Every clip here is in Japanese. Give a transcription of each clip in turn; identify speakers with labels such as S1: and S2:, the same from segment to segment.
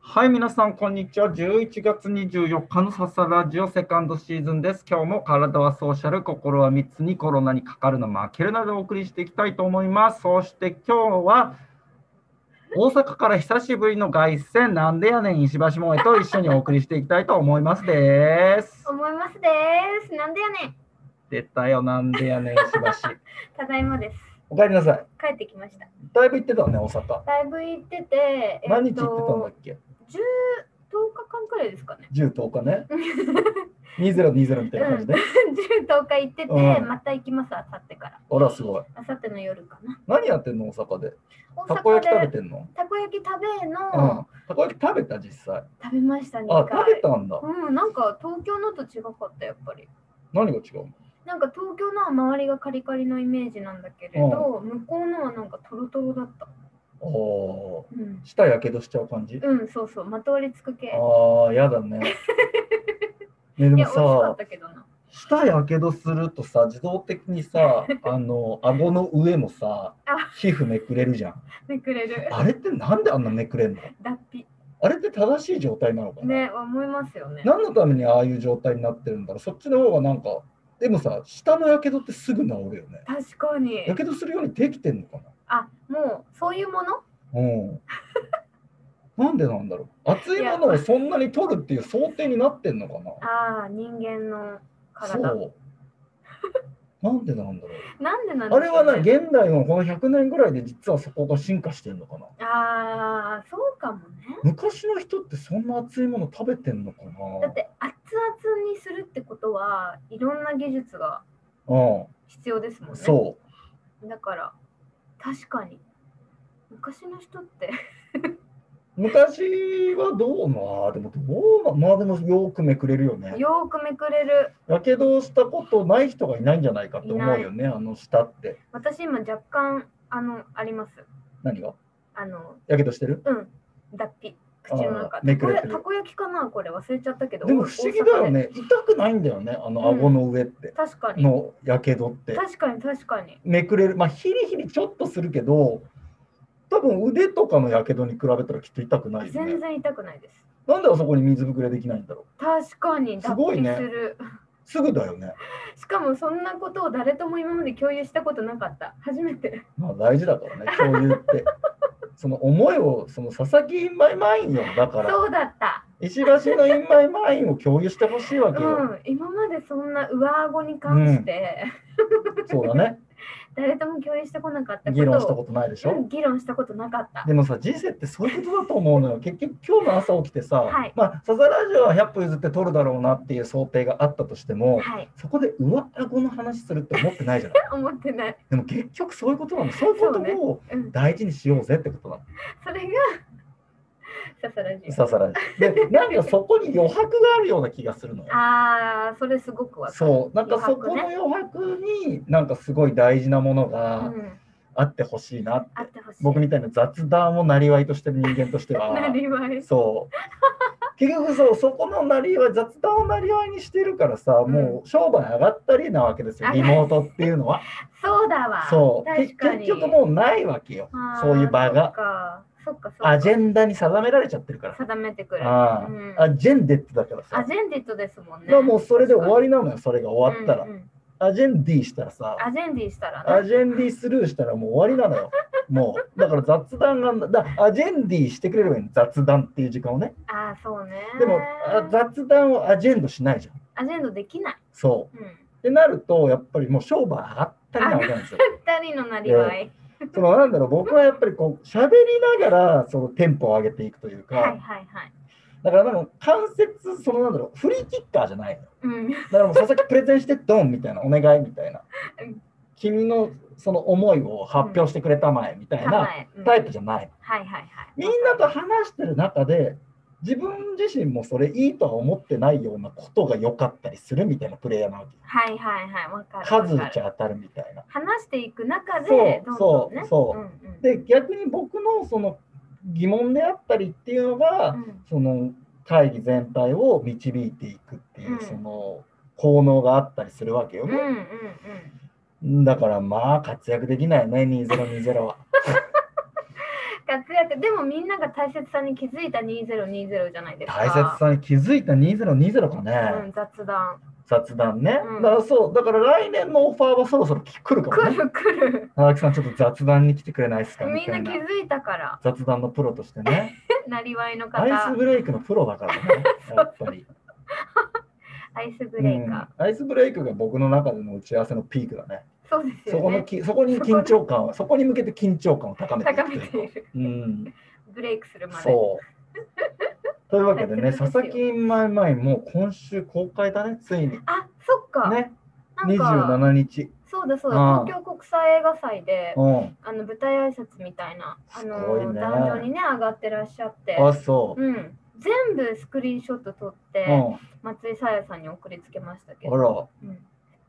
S1: はい、皆さん、こんにちは。11月24日のササラジオセカンドシーズンです。今日も体はソーシャル、心は密にコロナにかかるの負けるなどお送りしていきたいと思います。そして今日は大阪から久しぶりの凱旋なんでやねん石橋萌えと一緒にお送りしていきたいと思いますです。
S2: 思いますです。なんでやねん。
S1: 出たよ、なんでやねん石橋。
S2: ただいまです。
S1: おかえりなさい。
S2: 帰ってきました。
S1: だいぶ行ってたね、大阪。
S2: ライブ行ってて、
S1: 何日行ってたんだっけ
S2: 十、十日間くらいですかね。
S1: ?10 と10日ね。2020みたいな感じで。
S2: 十十日行ってて、
S1: うん
S2: また行きます。あさってから。
S1: あら、すごい。
S2: あさっての夜かな。
S1: 何やってんの、大阪で。
S2: 大
S1: たこ焼き食べ
S2: で
S1: てんの、
S2: たこ焼き食べ
S1: うん
S2: の、
S1: たこ焼き食べた実際
S2: 食べましたね。
S1: あ食べたんだ
S2: うん、なんか東京のと違かったやっぱり。
S1: 何が違うの
S2: なんか東京のは周りがカリカリのイメージなんだけれど、向こうのはなんかトロトロだった。
S1: お
S2: うん
S1: ー、舌やけどしちゃう感じ、
S2: うん、そうそう、まとわりつく系。
S1: ああやだ ねねで
S2: い
S1: も
S2: や、美味しか
S1: さ
S2: ったけどな。
S1: 舌やけどするとさ自動的に さあの顎の上もさ
S2: あ
S1: 皮膚めくれるじゃん
S2: めくれる。
S1: あれってなんであんなめくれんの
S2: 脱皮。
S1: あれって正しい状態なのかな、
S2: ね、思いますよね。
S1: 何のためにああいう状態になってるんだろうそっちの方がなんかでもさ舌のやけどってすぐ治るよね
S2: 確かに。
S1: やけどするようにできてんのかな
S2: あ、もう、そういうもの
S1: うん。なんでなんだろう。熱いものをそんなに取るっていう想定になってんのかな。
S2: ああ、人間の体。
S1: そう。なんでなんだろう。
S2: なんでなん
S1: あ
S2: で
S1: れ
S2: す
S1: は
S2: か、
S1: な、
S2: ね、
S1: 現代のこの100年ぐらいで実はそこが進化してんのかな。
S2: ああ、そうかもね。
S1: 昔の人ってそんな熱いもの食べてんのかな。
S2: だって、熱々にするってことは、いろんな技術が
S1: う
S2: 必要ですもん
S1: ん。
S2: ね。。
S1: そう
S2: だから、確かに。昔の人って、
S1: う。昔はどうなでもどうなまあでもよくめくれるよね。
S2: よーくめくれる。
S1: やけどしたことない人がいないんじゃないかって思うよね、あの舌って。
S2: 私、今、若干、あの、あります。
S1: 何が
S2: あの、
S1: やけどしてる
S2: うん、脱皮。口の中
S1: あーめくれてる
S2: これたこ焼きかなこれ忘れちゃったけど。
S1: でも
S2: 大
S1: 不思議だよ
S2: 大阪で。
S1: ね。痛くないんだよね。あの顎の上って、
S2: 確かに。
S1: のやけどって。
S2: 確かに確かに。
S1: めくれる。まあヒリヒリちょっとするけど、多分腕とかのやけどに比べたらきっと痛くないよ
S2: 全
S1: ね。
S2: 然痛くないです。
S1: なんであそこに水ぶくれできないんだろ
S2: 確かに
S1: す
S2: 脱
S1: ごい
S2: 皮
S1: ね
S2: する。
S1: う。すぐだよね。
S2: しかもそんなことを誰とも今まで共有したことなかった。初めて。
S1: まあ大事だから ね。共有って。その思いをその佐々木インマイマインよだから
S2: そうだった。
S1: 石橋のインマイマインを共有してほしいわ
S2: う
S1: けよ、
S2: ん。今までそんな上顎に関して、
S1: そうだ ね
S2: 誰とも共有してこなかったことを
S1: 議論したことないでしょ、
S2: うん議論したことなかった。
S1: でもさ人生ってそういうことだと思うのよ結局今日の朝起きてさ、
S2: はい
S1: まあサザラジオは100歩譲って撮るだろうなっていう想定があったとしても
S2: はい。
S1: そこで上顎の話するって思ってないじゃない
S2: 思ってない。
S1: でも結局そういうことなのそういうことを
S2: うん。
S1: 大事にしようぜってことなの
S2: それが、ささらじ。
S1: サザラジオでなんかそこに余白があるような気がするのよ
S2: ああ、それすごくわかる。
S1: そうなんかそこの余白になんかすごい大事なものが
S2: うん。
S1: あってほしいなって、
S2: あってほしい。
S1: 僕みたいな雑談をなりわいとしてる人間として は
S2: なりわい。
S1: そう。結局そうそこのなりわい雑談をなりわいにしてるからさ、
S2: うん
S1: もう商売上がったりなわけですよ
S2: 上
S1: リ
S2: がる
S1: モートっていうのは
S2: そうだわ。
S1: そうけ
S2: 確かに
S1: 結局もうないわけよ
S2: あー
S1: そういう場
S2: そっ
S1: が
S2: か、そっか、そっか。
S1: アジェンダに定められちゃってるから
S2: 定めてくる。
S1: ああ、
S2: うん
S1: アジェンデってだから
S2: ア
S1: さ
S2: ジェンディットですもんね。
S1: だからもうそれで終わりなのよそれが終わったら、
S2: うんうん
S1: アジェンディしたらさ
S2: アジェンディしたら
S1: ア
S2: ね。
S1: ジェンディスルーしたらもう終わりなのよもうだから雑談がだアジェンディしてくれればいいの雑談っていう時間をね
S2: ああ、そうね。
S1: でもあ雑談をアジェンドしないじゃん
S2: アジェンドできない。
S1: そう
S2: うん。
S1: ってなると、やっぱりもう商売上がったりなわけなんですよ。
S2: 二人のなりわい。
S1: そのなんだろう、僕はやっぱりこう、喋りながら、そのテンポを上げていくというか、
S2: はいはいはい。
S1: だからなんか関節、そのなんだろう、フリーキッカーじゃないのよ。
S2: うん。
S1: だからもう佐々木プレゼンして、ドンみたいな、お願いみたいな
S2: うん。
S1: 君のその思いを発表してくれたまえみたい
S2: 構
S1: な
S2: え。うん
S1: タイプじゃない。
S2: はいはいはい。
S1: みんなと話してる中で、自分自身もそれいいとは思ってないようなことが良かったりするみたいなプレイヤーなわけ。
S2: はいはいはい。わかる。
S1: 数
S2: わ
S1: 打
S2: か
S1: ち
S2: る
S1: 当たるみたいな。
S2: 話していく中
S1: そう
S2: で、どんどんね。
S1: そううん
S2: うん。
S1: で逆に僕のその疑問であったりっていうのが、
S2: うん
S1: その会議全体を導いていくっていう
S2: うん
S1: その効能があったりするわけよ
S2: うんうん
S1: ね、
S2: うん。
S1: だからまあ活躍できないね2020は
S2: 活躍。でもみんなが大切さに気づいた2020じゃないですか。
S1: 大切さに気づいた2020か
S2: う
S1: ね、
S2: ん、雑談。
S1: 雑談ね、
S2: うん
S1: だからそうだから来年のオファーはそろそろ来るかも
S2: 来
S1: ね
S2: る来る。
S1: 荒木さんちょっと雑談に来てくれないですかみ
S2: みん
S1: た
S2: ない気
S1: な
S2: づいたから。
S1: 雑談のプロとしてね
S2: なりわいの方。
S1: アイスブレイクのプロだから ねやっぱり
S2: アイスブレイカー。
S1: うんアイスブレイクが僕の中での打ち合わせのピークだね
S2: そうです
S1: そ
S2: よ
S1: この
S2: ね。
S1: きそこに緊張感をそこに向けて緊張感を高めてい
S2: 高
S1: くと
S2: め
S1: いう
S2: ている。
S1: うん、
S2: ブレイクするまで。
S1: そう。というわけ でね、佐々木まいまいもう今週公開だね、ついに。
S2: あ、そっか。
S1: ね、
S2: なんか、
S1: 27日。
S2: そうだそうだ。
S1: うん
S2: 東京国際映画祭で、
S1: うん。
S2: あの舞台挨拶みたいな、あの
S1: すごいね
S2: 壇上にね、上がってらっしゃって。
S1: あ、そう。
S2: うん。全部スクリーンショット撮って、
S1: う
S2: 松井さやさんに送りつけましたけ
S1: ん。あ
S2: ど、
S1: ら、
S2: うん、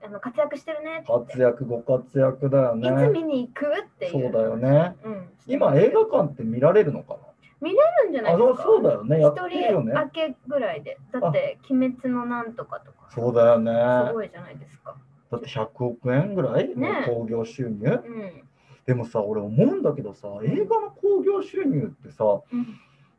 S2: あの活躍してるねって言って
S1: 活躍、ご活躍だよ
S2: いつ
S1: ね。
S2: 見に行くってい
S1: そ
S2: う。
S1: うだよ。ね。
S2: うん、
S1: 今、映画館って見られるのか
S2: あるんじゃ
S1: なあ、
S2: ないで
S1: そう
S2: すか。
S1: そうだよね。やって
S2: 一
S1: るよ
S2: 人
S1: ね。
S2: 明けぐらいで。だって、鬼滅のなんとかとか、
S1: そうだよね。
S2: すごいじゃないですか。
S1: だって100億円ぐらいの
S2: ね
S1: 興行収入
S2: うん。
S1: でもさ、俺思うんだけどさ、映画の興行収入ってさ、
S2: うん、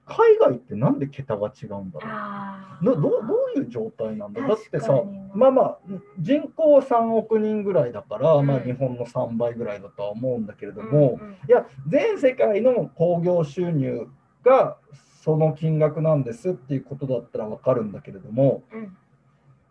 S1: 海外ってなんで桁が違うんだろう
S2: ああ。
S1: などどういう状態なんだだっ
S2: 確か
S1: て
S2: に
S1: さまあまあ人口は3億人ぐらいだから、
S2: ん
S1: まあ、日本の3倍ぐらいだとは思うんだけれども、
S2: うんうん
S1: いや全世界の興行収入がその金額なんですっていうことだったら分かるんだけれども
S2: うん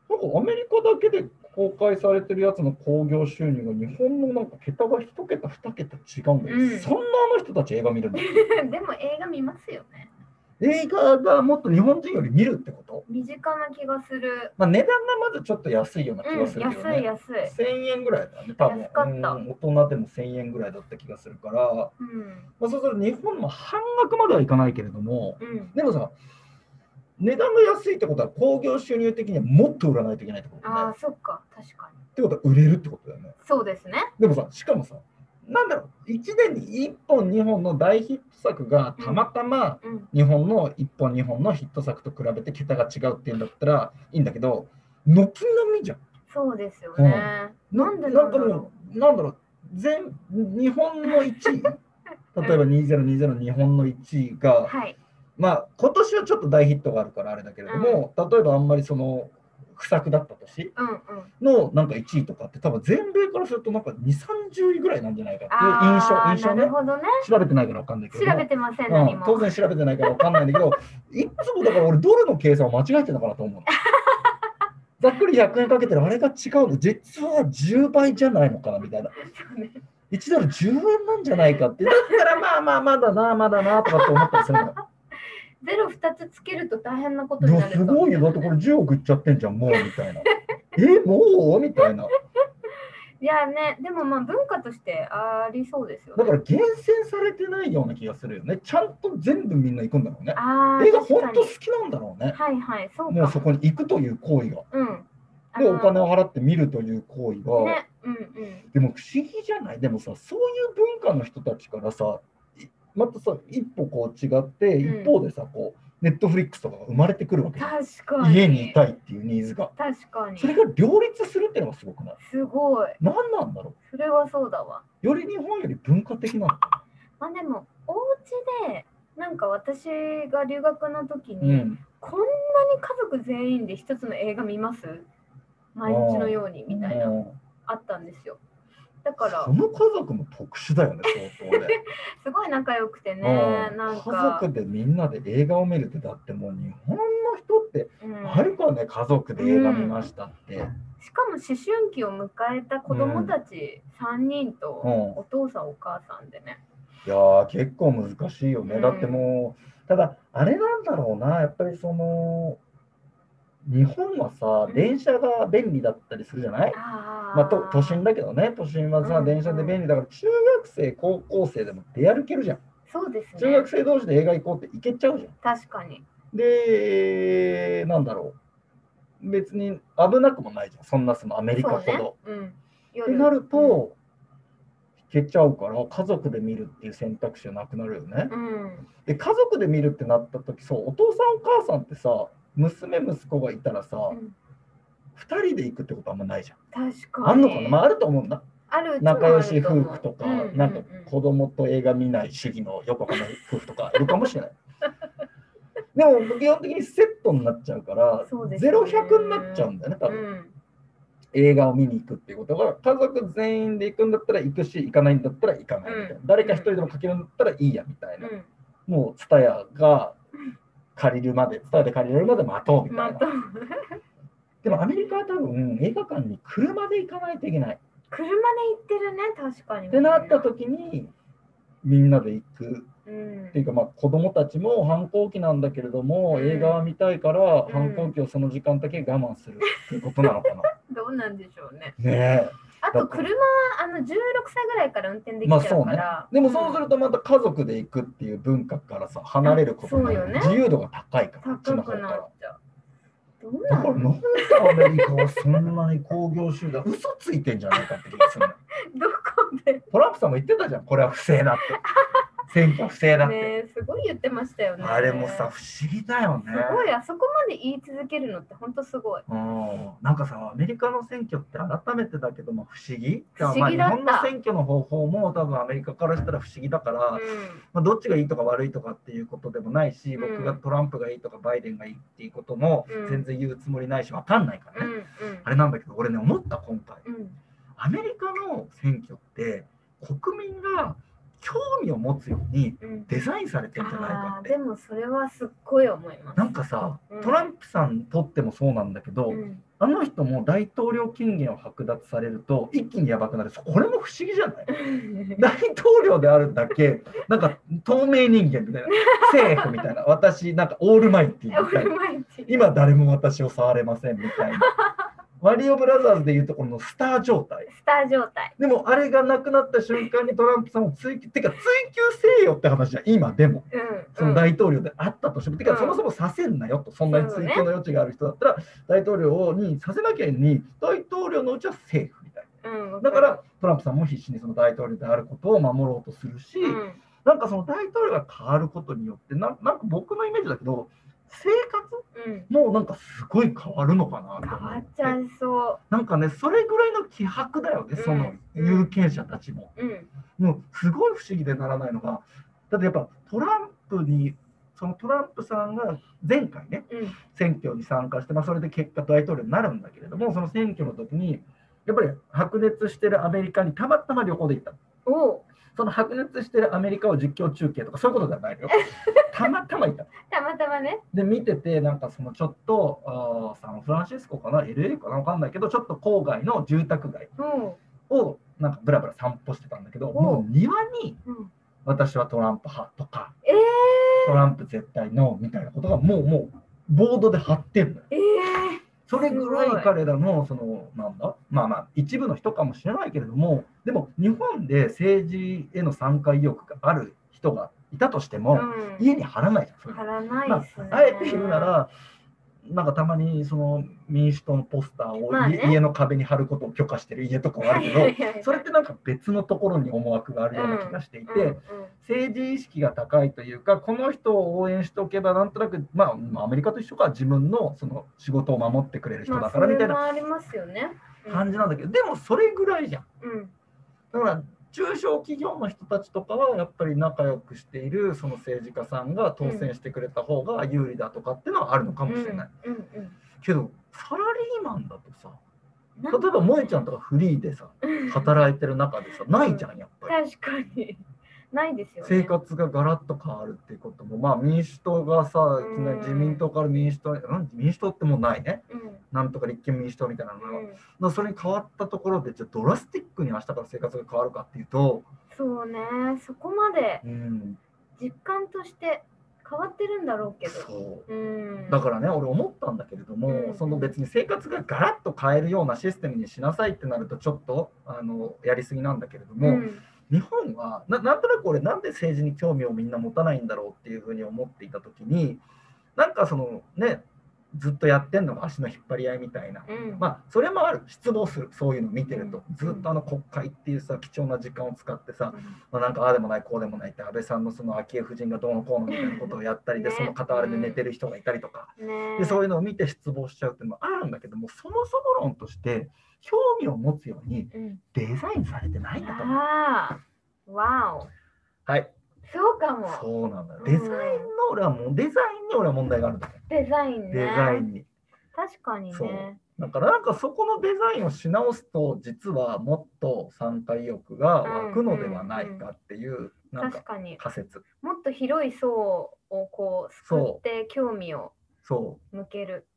S1: なんかアメリカだけで公開されてるやつの興行収入が日本のなんか桁が1桁2桁違うんだよ、
S2: うん
S1: そんなあの人たち映画見るんだ
S2: でも映画見ますよね。
S1: 映画がもっと日本人より見るってこと
S2: 身近な気がする。
S1: まあ、値段がまずちょっと安いような気
S2: う
S1: がす
S2: ん、
S1: るけど
S2: 安い
S1: ね。
S2: 安い。
S1: 1000円ぐらいだね、多分
S2: 安かった
S1: うん大人でも1000円ぐらいだった気がするから、
S2: うん。
S1: まあ、そうすると日本も半額まではいかないけれども、
S2: うん。
S1: でもさ、値段が安いってことは、興行収入的にはもっと売らないといけないってことだ
S2: あ
S1: よ
S2: あ
S1: ね。、
S2: そっか。確かに。
S1: ってことは、売れるってことだよね。
S2: そうですね。
S1: でもさ、しかもさ、なんだろう、1年に1本、2本の大ヒット作がたまたま、
S2: うん。
S1: 日本の1本2本のヒット作と比べて桁が違うっていうんだったらいいんだけど軒並みじゃん。
S2: そうですよね。なんでなんだろ
S1: うなんかもうなんだろう全日本の1位 例えば2020日本の1位が
S2: はい。
S1: まあ今年はちょっと大ヒットがあるからあれだけれども、例えばあんまりその不作だった年
S2: うんうん。
S1: のなんか1位とかって多分全米からするとなんか2 3 0位ぐらいなんじゃないかっていう印
S2: あ
S1: 象
S2: あ、
S1: 印象
S2: な
S1: ね
S2: るほどね。
S1: 調べてないから分かんないけども
S2: 調べてません、
S1: う
S2: 何
S1: ん、
S2: も。
S1: 当然調べてないから分かんないんだけどいっつもだから俺ドルの計算を間違えてたからと 思うのざっくり100円かけてるあれが違うの実は10倍じゃないのかなみたいな
S2: そうね
S1: 1ドル10円なんじゃないかってだったらまあまあまだなまだなとかって思ったりする の
S2: ゼロ二つつけると大変なこと
S1: い
S2: にな
S1: や
S2: る
S1: すごいよだってこれ10億いっちゃってんじゃんもうみたいなえもうみたいない
S2: やね、でもまあ文化としてありそうですよ
S1: だ
S2: ね。
S1: から厳選されてないような気がするよねちゃんと全部みんな行くんだろうね
S2: ああ、
S1: 映画
S2: 確
S1: 本
S2: か
S1: 当
S2: に
S1: 好。きなんだろうね
S2: はいはい、そう
S1: もうそ
S2: か。
S1: こに行くという行為が
S2: うん。あ
S1: で
S2: の
S1: お金を払って見るという行為が、
S2: ね、うんうん。
S1: でも不思議じゃないでもさそういう文化の人たちからさいまたさ一歩こう違って
S2: うん
S1: 一方でさ、こうネットフリックスとかが生まれてくるわけじゃん
S2: 確かに。
S1: 家にいたいっていうニーズが
S2: 確かに
S1: そ。れが両立するってのがすごくない
S2: すごい。
S1: 何なんだろ
S2: それはそうだわ。
S1: うより日本より文化的なのか
S2: まあでも、お家で、なんか私が留学の時
S1: な、う
S2: に、
S1: ん、
S2: こんなに家族全員で一つの映画見ます毎日のようにみたいな、
S1: うん
S2: あったんですよ。だから
S1: そ、の家族も特殊だよね相当 ね、
S2: すごい仲良くてね、
S1: うん
S2: なん
S1: 家
S2: か、
S1: 族でみんなで映画を見るってだってもう日本の人って
S2: うん
S1: あるからね家族で映画見ましたって、
S2: しかも思春期を迎えた子供たち3人と、
S1: うん
S2: お父さんお母さんでね。
S1: いやー結構難しいよね、
S2: うん
S1: だってもうただあれなんだろうなやっぱりその日本はさ
S2: うん
S1: 電車が便利だったりするじゃない、
S2: あー
S1: まあ、と都心だけどね都心はさ
S2: うん
S1: 電車で便利だから中学生高校生でも出歩けるじゃん
S2: そうです
S1: 中
S2: ね
S1: 学。生同士で映画行こうって行けちゃうじゃ
S2: 確かに。
S1: んでなんだろう別に危なくもないじゃんそんなそのアメリカ
S2: そ
S1: ほ
S2: う
S1: ど、
S2: ね。うん。
S1: ってなると、行けちゃうから家族で見るっていう選択肢はなくなるよね、
S2: うん、
S1: で家族で見るってなった時そうお父さんお母さんってさ娘息子がいたらさ、
S2: うん
S1: 2人で行くってことあんまないじゃん
S2: 確かに。
S1: あんのかな、まあ、あると思うんだ
S2: あるうちもある
S1: 仲良し夫婦とか、
S2: 思ううう
S1: なんか子供と映画見ない主義のよくわかんない夫婦とかいるかもしれ ない。でも基本的にセットになっちゃうから、
S2: そうです
S1: ゼ
S2: ね
S1: ロ100になっちゃうんだよね、多
S2: う
S1: 分、
S2: ん
S1: 映画を見に行くっていうことが、家族全員で行くんだったら行くし、行かないんだったら行かないみたいな、
S2: う
S1: 誰か一人でもかけるんだったらいいやみたいな、
S2: うん
S1: もう、ツタヤが借りるまで、ツタヤで借りれるまで待とうみた
S2: ま
S1: いな。
S2: た
S1: でもアメリカは多分映画館に車で行かないといけない。
S2: 車で行ってるね確かに
S1: ってなった時にみんなで行く
S2: うん
S1: っていうかまあ子供たちも反抗期なんだけれども、
S2: うん
S1: 映画は見たいから
S2: ん
S1: 反抗期をその時間だけ我慢するっていうことなのかな。
S2: どうなんでしょう ね
S1: ね
S2: あ
S1: だ
S2: と
S1: から
S2: 車はあの16歳ぐらいから運転できちゃうから、
S1: まえでもそうするとまた家族で行くっていう文化からさ離れることになる
S2: そうよね
S1: 自由度が高いから
S2: うん
S1: うちの
S2: 高
S1: 方
S2: く
S1: か
S2: なっ
S1: ら。
S2: ちゃうどう
S1: だ
S2: な
S1: からな
S2: の
S1: んでアメリカはそんなに興行収入嘘ついてんじゃないかって気が するの
S2: どこで
S1: トランプさんも言ってたじゃんこれは不正だ って選挙は不正だって、
S2: ねすごい言ってましたよね
S1: あれもさ不思議だよね
S2: すごいあそこまで言い続けるのって本当すごい
S1: うんなんかさ、アメリカの選挙って改めてだけども不思議。
S2: 不思議だ
S1: まあ、
S2: った
S1: 日本の選挙の方法も多分アメリカからしたら不思議だから、
S2: う
S1: まあ、どっちがいいとか悪いとかっていうことでもないし、
S2: うん
S1: 僕がトランプがいいとかバイデンがいいっていうことも
S2: うん
S1: 全然言うつもりないし、わかんないから
S2: ん
S1: ね。
S2: うんうん
S1: あれなんだけど、俺ね、思った今回。
S2: うん
S1: アメリカの選挙って国民が興味を持つように
S2: うん
S1: デザインされてんじゃないかっ
S2: あー
S1: て
S2: で。もそれはすっごい思います
S1: なんかさ
S2: うん、
S1: トランプさんにとってもそうなんだけど、
S2: うん
S1: あの人も大統領権限を剥奪されると一気にやばくなるこれも不思議じゃない大統領であるだけなんか透明人間みたいな政府みたいな私なんかオールマイティーみた
S2: 俺
S1: いな
S2: 毎日
S1: 今誰も私を触れませんみたいなマリオブラザーズでいうところのスター状態
S2: スター状態
S1: でもあれがなくなった瞬間にトランプさんを追求てか追求せよって話じゃん今でも
S2: うん
S1: その
S2: うん
S1: 大統領であったとしても、てか
S2: うん
S1: そもそもさせんなよと、そんなに追求の余地がある人だったら、大統領にさせなきゃいいのに、大統領のうちは政府みたい
S2: うん
S1: な。だから、トランプさんも必死にその大統領であることを守ろうとするし、
S2: うん
S1: なんかその大統領が変わることによってな、なんか僕のイメージだけど、生活
S2: うん
S1: もなんかすごい変わるのかな
S2: 変
S1: と思
S2: わ
S1: っ
S2: ってちゃいそ
S1: なんかね、それぐらいの気迫だよね、その有権者たちも。
S2: う。うん。
S1: もうすごい不思議でならないのが、だってやっぱトランプに、そのトランプさんが前回ね、
S2: うん。
S1: 選挙に参加して、まあ、それで結果、大統領になるんだけれども、その選挙の時に、やっぱり白熱してるアメリカにたまたま旅行で行った。
S2: おう
S1: その白熱してるアメリカを実況中継とか、そういうことではないのよ。たまたま行った。
S2: たまたまね。
S1: で、見てて、なんかそのちょっと、あーサンフランシスコかな、LA かな、わかんないけど、ちょっと郊外の住宅街
S2: うん。
S1: を、なんかブラブラ散歩してたんだけど、
S2: お
S1: もう庭に、
S2: うん。
S1: 私はトランプ派とか、
S2: え
S1: トランプ絶対ノーみたいなことがもうもうボードで貼ってるのよ。
S2: ええ
S1: それぐら
S2: すごい
S1: い彼らのそのなんだまあまあ一部の人かもしれないけれどもでも日本で政治への参加意欲がある人がいたとして
S2: え
S1: も、
S2: うん。
S1: 家に貼らないじゃんそれ
S2: 足らない
S1: ま
S2: ですね。
S1: あえて言うな。らなんかたまにその民主党のポスターを、
S2: まあね
S1: 家家の壁に貼ることを許可してる家とかはあるけ
S2: は
S1: ど
S2: いはいはい
S1: それってなんか別のところに思惑があるような気がしていて。
S2: うんうん
S1: 政治意識が高いというか、この人を応援しておけば、なんとなく、まあ、まあアメリカと一緒か、自分のその仕事を守ってくれる人
S2: ま
S1: だ
S2: あ、
S1: か
S2: そ
S1: らみた
S2: れ
S1: いな
S2: もありますよね。うん
S1: 感じなんだけど、でもそれぐらいじゃん。
S2: うん。
S1: だから、中小企業の人たちとかは、やっぱり仲良くしているその政治家さんが当選してくれた方が有利だとかっていうのはあるのか
S2: か
S1: もしれない。。
S2: うん。うん。
S1: けど、サラリーマンだとさ、
S2: な
S1: 例えば萌えちゃんとかフリーでさ、働いてる中でさ、ないじゃん、やっぱり。
S2: 確かに。ないですよね。
S1: 生活がガラッと変わるっていうことも、まあ、民主党がさ、いきなり自民党から民主党に、うん、民主党ってもうないね、
S2: うん。
S1: なんとか立憲民主党みたいなのが、
S2: うん。
S1: まあそれに変わったところで、じゃあドラスティックに明日から生活が変わるかっていうと、
S2: そうね。そこまで
S1: うん、
S2: 実感として変わってるんだろうけど。
S1: そうう。
S2: ん。
S1: だからね、俺思ったんだけれども、
S2: うん
S1: その別に生活がガラッと変えるようなシステムにしなさいってなると、ちょっとあのやりすぎなんだけれども、
S2: うん。
S1: 日本はななんとなく俺なんで政治に興味をみんな持たないんだろうっていうふうに思っていた時になんかそのねずっとやってんのが足の引っ張り合いみたいな。
S2: うん。
S1: まあ、それもある失望するそういうの見てると
S2: うん
S1: ずっとあの国会っていうさ貴重な時間を使ってさ、
S2: うん
S1: まあ、なんかああでもないこうでもないって安倍さんのその昭恵夫人がどうのこうのみたいなことをやったりで、
S2: ね
S1: その傍らで寝てる人がいたりとか、
S2: ね
S1: でそう
S2: う
S1: いうのを見て失望しちゃうっていうのもあるんだけどもそもそも論として興味を持つように
S2: ん。
S1: デザインされてないんだと思う。
S2: ああ、わお。
S1: はい、
S2: そうかも。
S1: そうなんだよ
S2: うん
S1: デザインの俺はもうデザインに俺は問題があるんだよ
S2: デザインね。
S1: デザインに。
S2: 確かに
S1: そう
S2: ね。
S1: だからなんかそこのデザインをし直すと実はもっと参加意欲が湧くのではないかっていうなん
S2: 確
S1: か
S2: かに。
S1: 仮説
S2: もっと広い層をこう、救
S1: そ
S2: って興味を
S1: そ
S2: 向ける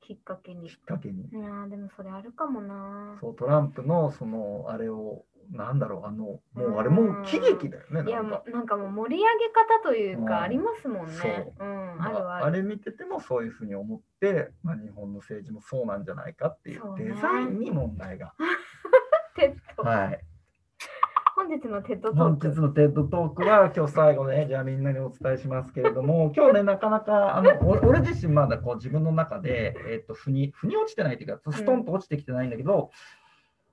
S2: きっかけ
S1: う
S2: に。
S1: き
S2: い
S1: っかけに
S2: やーでもそれあるかもな。
S1: そうトランプのそのあれをなんだろうあのもうあれもう喜劇だよね
S2: い
S1: な
S2: や
S1: ん
S2: も
S1: か
S2: うなんかもう盛り上げ方という
S1: うん
S2: かありますもんね。
S1: そう
S2: うん、
S1: な
S2: あ
S1: ん
S2: る
S1: か
S2: あ
S1: あ
S2: る。
S1: れ見ててもそういうふうに思って、まあ、日本の政治もそうなんじゃないかっていう
S2: そうね
S1: デザインに問題が、
S2: テッド、
S1: はい
S2: 本日のテッドトー
S1: 本
S2: ク。
S1: 日のテッドトークは今日最後ねじゃあみんなにお伝えしますけれど も今日ねなかなかあのお俺自身まだこう自分の中で、えっと腑に腑に落ちてないというかストンと落ちてきてないんだけど、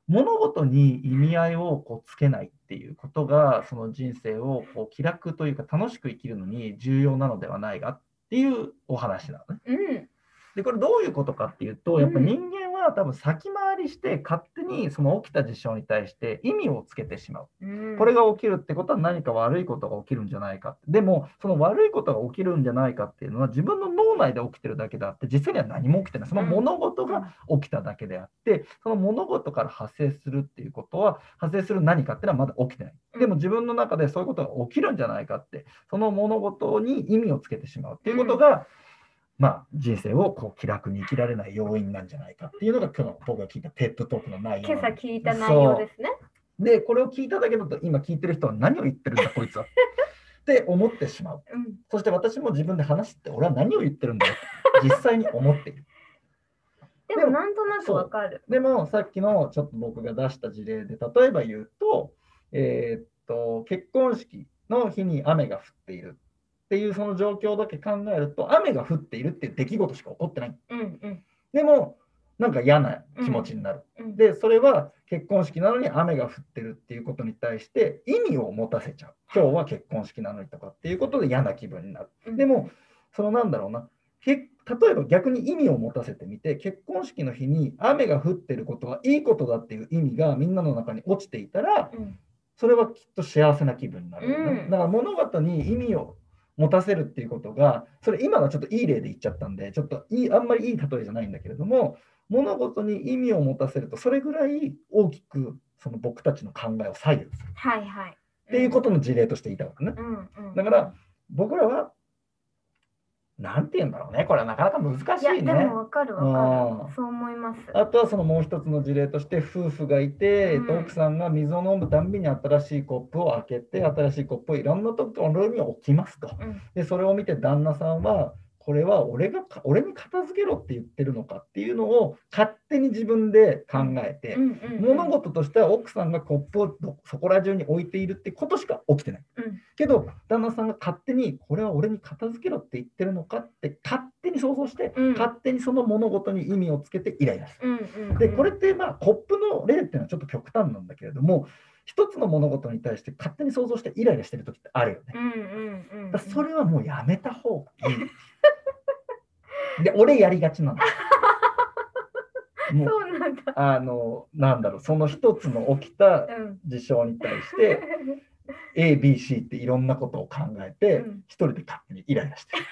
S1: 物事に意味合いをこうつけないっていうことがその人生をこう気楽というか楽しく生きるのに重要なのではないかっていうお話なのね。
S2: うん。
S1: でこれどういうことかっていうとやっぱ人間は多分先回りして勝手にその起きた事象に対して意味をつけてしまう。
S2: うん、
S1: これが起きるってことは何か悪いことが起きるんじゃないか。でも、その悪いことが起きるんじゃないかっていうのは自分の脳内で起きてるだけであって、実際には何も起きてない。その物事が起きただけであって、その物事から派生するっていうことは、派生する何かっていうのはまだ起きてない。でも自分の中でそういうことが起きるんじゃないかって、その物事に意味をつけてしまうっていうことが、まあ、人生をこう気楽に生きられない要因なんじゃないかっていうのが今日の僕が聞いたテッドトークの内容
S2: 今
S1: なんです
S2: 朝聞いた内容ですね。
S1: で、これを聞いただけだと、今聞いてる人は何を言ってるんだ、こいつ は。って思ってしまう。
S2: うん。
S1: そして私も自分で話して、俺は何を言ってるんだよ。実際に思っている。
S2: で
S1: で
S2: も
S1: も
S2: なんとなくわかる。
S1: でも、さっきのちょっと僕が出した事例で、例えば言うと、えーっと、結婚式の日に雨が降っているっていうその状況だけ考えると、雨が降っているっていう出来事しか起こってない。
S2: うんうん
S1: でも、なんか嫌な気持ちになる。
S2: うん。
S1: でそれは結婚式なのに雨が降ってるっていうことに対して意味を持たせちゃう今日は結婚式なのにとかっていうことで嫌な気分になる
S2: うん
S1: でもそのなんだろうなけ例えば逆に意味を持たせてみて結婚式の日に雨が降ってることはいいことだっていう意味がみんなの中に落ちていたら
S2: うん
S1: それはきっと幸せな気分になるよね、
S2: うん
S1: だから物事に意味を持たせるっていうことがそれ今のはちょっといい例で言っちゃったんでちょっといいあんまりいい例えじゃないんだけれども物事に意味を持たせるとそれぐらい大きくその僕たちの考えを左右する
S2: はいはい。
S1: っていうことの事例として言いたかったね。
S2: うんうん。
S1: だから僕らはなんて言うんだろうねこれはなかなか難
S2: い
S1: し
S2: や
S1: い
S2: で
S1: ね。
S2: もわかるわか
S1: うん
S2: る。そう思います。
S1: あとはそのもう一つの事例として夫婦がいて、
S2: うん
S1: えっと奥さんが水を飲むたんびに新しいコップを開けて新しいコップをいろんなところに置きますと
S2: うん
S1: でそれを見て旦那さんはこれは俺がか俺に片付けろって言ってるのかっていうのを勝手に自分で考えて、
S2: うんうんうん。
S1: 物事としては奥さんがコップをどそこら中に置いているってことしか起きてない
S2: うん
S1: けど旦那さんが勝手にこれは俺に片付けろって言ってるのかって勝手に想像して、
S2: うん
S1: 勝手にその物事に意味をつけてイライラする。
S2: うんうんうん。
S1: でこれってまあコップの例っていうのはちょっと極端なんだけれども一つの物事に対して勝手に想像してイライラしてる時ってあるよね。
S2: うんうんうんうん。
S1: だからそれはもうやめた方がい い。で俺やりがちなの。もう
S2: そうなんだ。
S1: あのなんだろうその一つの起きた
S2: うん。
S1: 事象に対して ABC っていろんなことを考えて
S2: うん
S1: 一人で勝手にイライラしてる。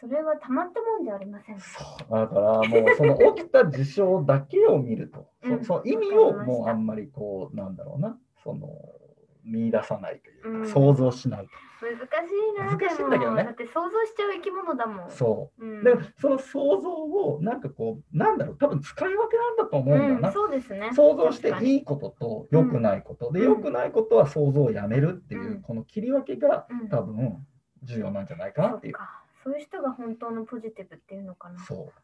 S2: それはたまったもんじゃありません。
S1: そうだからもうその起きた事象だけを見ると、
S2: うん
S1: そその意味を
S2: わかりました
S1: もうあんまりこうなんだろうなその見出さないというか、
S2: うん
S1: 想像しない
S2: 難しいな。
S1: 難しいんだけどね
S2: でもだって想像しちゃう生き物だもん。。
S1: とそう
S2: ん、
S1: うだからその想像をなんかこうなんだろう多分使い分けなんだと思うんだよ
S2: う
S1: な、
S2: ん、そうですね。
S1: 想像して
S2: 確かに
S1: いいことと良くないこと、で
S2: うん
S1: 良くないことは想像をやめるっていう、
S2: うん
S1: この切り分けが
S2: うん
S1: 多分重要なんじゃないか
S2: そ
S1: な
S2: う
S1: っていう。
S2: か。そういう人が本当のポジティブっていうのかな。
S1: そう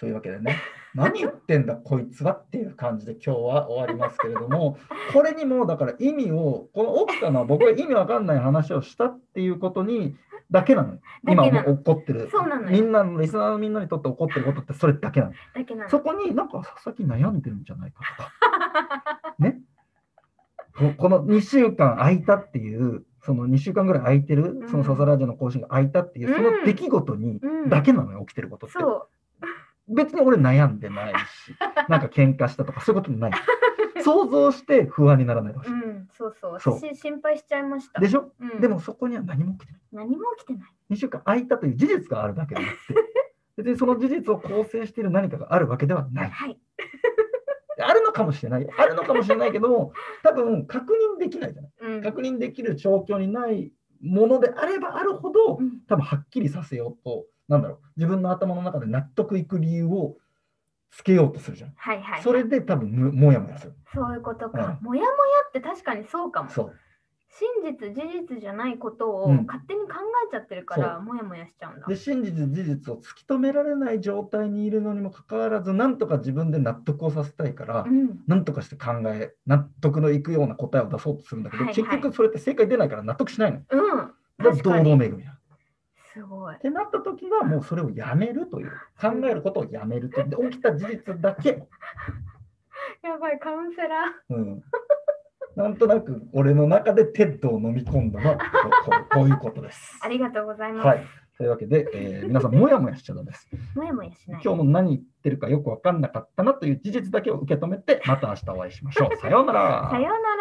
S1: というわけでね、何言ってんだこいつはっていう感じで今日は終わりますけれど も、これにもだから意味を、この奥さんは僕は意味わかんない話をしたっていうことにだけなのよ。今
S2: だけ
S1: も
S2: なの
S1: う怒ってる。
S2: そうなの
S1: み
S2: よ。
S1: んなのリスナーのみんなにとって怒ってることってそれだけなの。
S2: だけなの。
S1: そこになんか佐々木悩んでるんじゃないかとか。ね。ここの2週間空いたっていう、その2週間ぐらい空いてる、そのササラジオの更新が空いたっていう、その出来事に
S2: うん
S1: だけなのよ、起きてることって。
S2: そう。
S1: 別に俺悩んでないし、 なんか喧嘩したとかそういうこともない。想像して不安にならないでほしい
S2: うん、そうそう。
S1: そう
S2: 私、心配しちゃいました。
S1: でしょ、
S2: うん、
S1: でも、そこには何も起きてない。
S2: 何も起きてない。
S1: 2週間空いたという事実があるだけで あって、別にその事実を構成している何かがあるわけではない。
S2: はい。
S1: あるのかもしれない。あるのかもしれないけど、多分確認できないじゃない。
S2: うん。
S1: 確認できる状況にないものであればあるほど
S2: う、ん
S1: 多分はっきりさせようと、なんだろう、自分の頭の中で納得いく理由をつけようとするじゃん。
S2: はいはい。
S1: それで多分むもやもやする。
S2: そういうことか。
S1: う
S2: もやもやって確かにそうかも。
S1: そう。
S2: 真実、事実じゃないことを
S1: うん
S2: 勝手に考えちゃってるから、もやもやしちゃうんだ
S1: で。真実事実を突き止められない状態にいるのにもかかわらずなんとか自分で納得をさせたいから、
S2: うん。
S1: なんとかして考え納得のいくような答えを出そうとするんだけど、
S2: はいはい
S1: 結局それって正解出ないから納得しないの。
S2: うん。
S1: だ
S2: 確
S1: か
S2: からに
S1: 堂々巡りなの。
S2: すごい。
S1: ってなった時はもうそれをやめるという考えることをやめるというで起きた事実だけ、
S2: やばい、カウンセラー。
S1: うん、なんとなく俺の中でテッドを飲み込んだのはこここういうことです。
S2: ありがとうございます。
S1: はい、というわけで、えー皆さんもやもやしちゃダメです。
S2: もやもやしない。
S1: 今日も何言ってるかよく分かんなかったなという事実だけを受け止めて、また明日お会いしましょう。さようなら。
S2: さようなら。